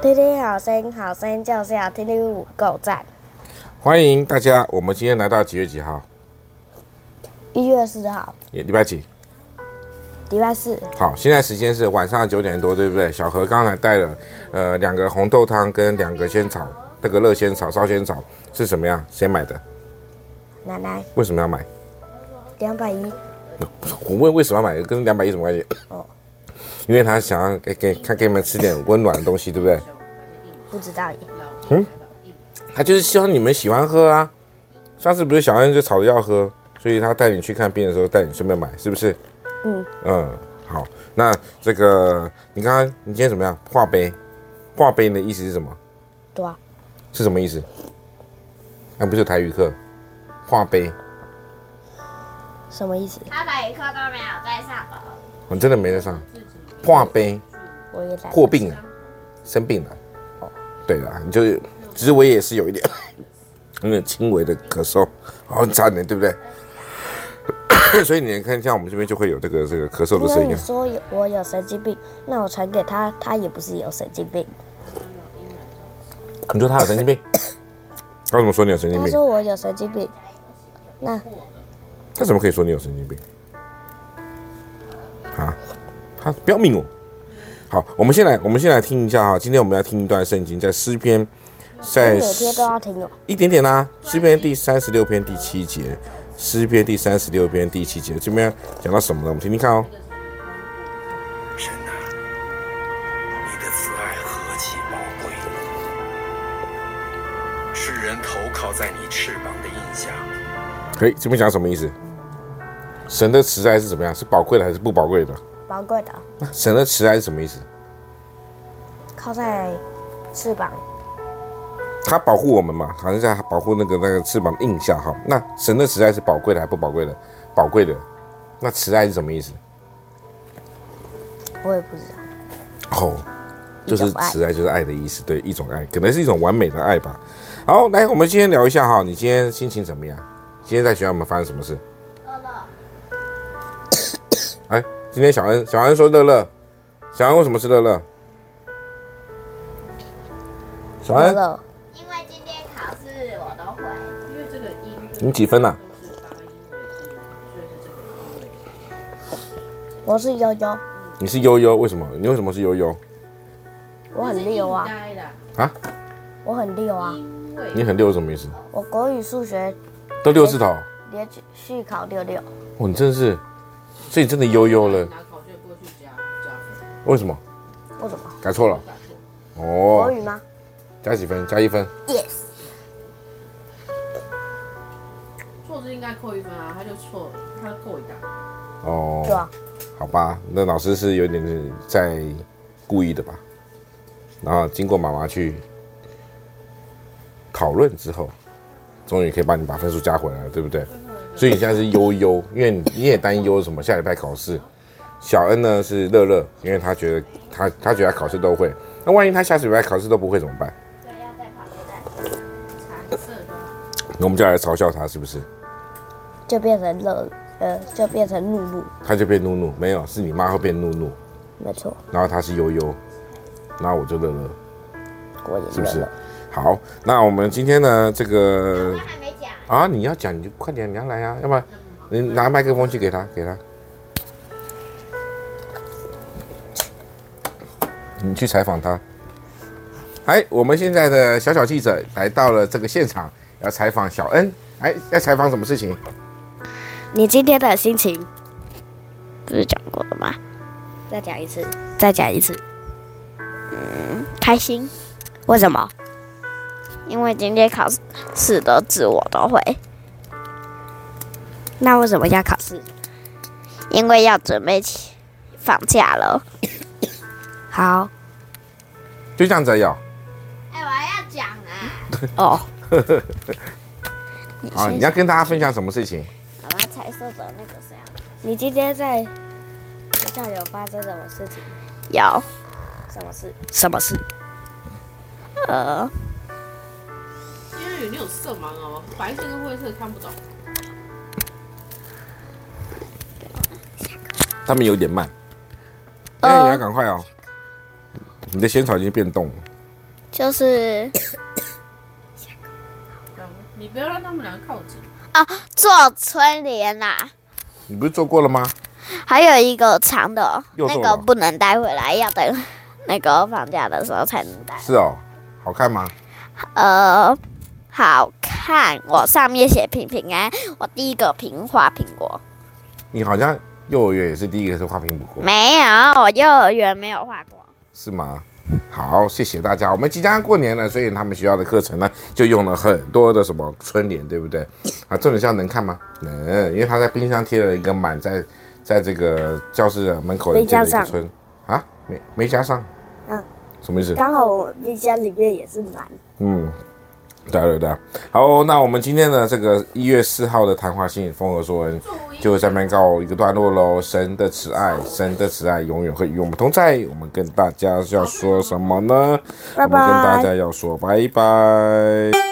听听好声，好声就是要听听五够赞。欢迎大家，我们今天来到几月几号？一月四号，也礼拜几？礼拜四，好，现在时间是晚上九点多，对不对？小何刚才带了呃两个红豆汤跟两个仙草，那个热仙草、烧仙草是什么样？谁买的？奶奶为什么要买？两百一，我问为什么要买，跟两百一什么关系？哦因为他想要给给看给你们吃点温暖的东西，对不对？不知道耶。他就是希望你们喜欢喝啊。上次不是小安就吵着要喝，所以他带你去看病的时候带你顺便买，是不是？嗯嗯，好，那这个你刚刚你今天怎么样？画杯，画杯的意思是什么？对啊，是什么意思？那、不是有台语课，画杯，什么意思？他每一课都没有在上吧？我哦真的没得上。画杯，我也来。破病了，生病了。哦，对了，你就是，其实我也是有一点， 有点轻微的咳嗽，好惨的，对不对？ 所以你看，像我们这边就会有这个这个咳嗽的因声为音你。说有我有神经病，那我传给他，他也不是有神经病。你说他有神经病？他怎么说你有神经他病？说我有神经病，那他怎么可以说你有神经病？啊，他不要命哦！好，我们先来，我们先来听一下哈。今天我们要听一段圣经，在诗篇，你在每天都要听哦。一点点啦、诗篇第三十六篇第七节，诗篇第三十六篇第七节，这边讲到什么呢？我们听听看哦。神呐、你的慈爱何其宝贵！世人投靠在你翅膀的印下，诶，这边讲什么意思？神的慈爱是怎么样？是宝贵的还是不宝 贵的？宝贵的，那神的慈爱是什么意思？靠在翅膀，他保护我们嘛，好像在保护那个那个翅膀的印象哈。那神的慈爱是宝贵的还不宝贵的？宝贵的。那慈爱是什么意思？我也不知道。哦，就是一种爱慈爱，就是爱的意思，对，一种爱，可能是一种完美的爱吧。好，来，我们今天聊一下哈，你今天心情怎么样？今天在学校有没有发生什么事？乐乐。哎，今天小恩，小恩说乐乐，小恩为什么是乐乐？小乐恩，乐，因为今天考试我都会，你几分了、啊？我是悠悠，你是悠悠，为什么？你为什么是悠悠？我很溜啊，啊，我很溜啊。你很溜是什么意思？我国语、数学都六字头，啊连续考六六，哦，你真的是，所以真的悠悠了。拿考卷过去加加分，为什么？为什么？改错了。打错。国哦，语吗加几分？加一分。 ？Yes。错字应该扣一分啊，他就错，他扣一打。哦，对啊，好吧，那老师是有点在故意的吧？然后经过妈妈去讨论之后，终于可以帮你把分数加回来了，对不对？所以你现在是悠悠，因为你你也担忧什么下礼拜考试。小恩呢是乐乐，因为他觉得他他觉得他考试都会，那万一他下次礼拜考试都不会怎么办？所以要在旁边再蓝色的，那我们就来嘲笑他，是不是？就变成乐，呃，就变成露露，他就变怒怒，没有，是你妈会变怒怒，没错，然后他是悠悠，然后我就乐乐，国语乐乐。是不是？好，那我们今天呢，这个他还没讲，啊，你要讲你就快点，你要来啊，要不然你拿麦克风去给他，给他。你去采访他。哎，我们现在的小小记者来到了这个现场，要采访小恩。哎，要采访什么事情？你今天的心情，不是讲过了吗？再讲一次，嗯再讲一次。开心，为什么？因为今天考试的字我都会，那为什么要考试？因为要准备起放假了。好就这样子哦要。哎、我还要讲啊！哦，啊，你要跟大家分享什么事情？妈妈彩色的那个是你今天在学校有发生什么事情？要什么事？什么事？呃，因为你有色盲哦，白色跟灰色看不懂。他们有点慢，哎，你要赶快哦。你的仙草已经变动了。就是嗯你不要让他们两个靠近。啊做春联啦，你不是做过了吗？还有一个长的，哦又那做个了不能带回来，要等那个放假的时候才能带。是哦，好看吗？呃，好看，我上面写平平安，我第一个平花苹果，你好像幼儿园也是第一个是画苹果，没有，我幼儿园没有画过。是吗？好，谢谢大家。我们即将要过年了，所以他们学校的课程呢，就用了很多的什么春联，对不对？啊，重点是要能看吗？能，因为他在冰箱贴了一个满，在在这个教室的门口没贴了一加个上春啊，没没加上，嗯，什么意思？刚好我冰箱里面也是满。嗯，对啊对啊对啊。好，那我们今天的这个一月四号的谈话性风和说恩，就下面告一个段落喽。神的慈爱，神的慈爱永远会与我们同在。我们跟大家要说什么呢？我们跟大家要说拜拜。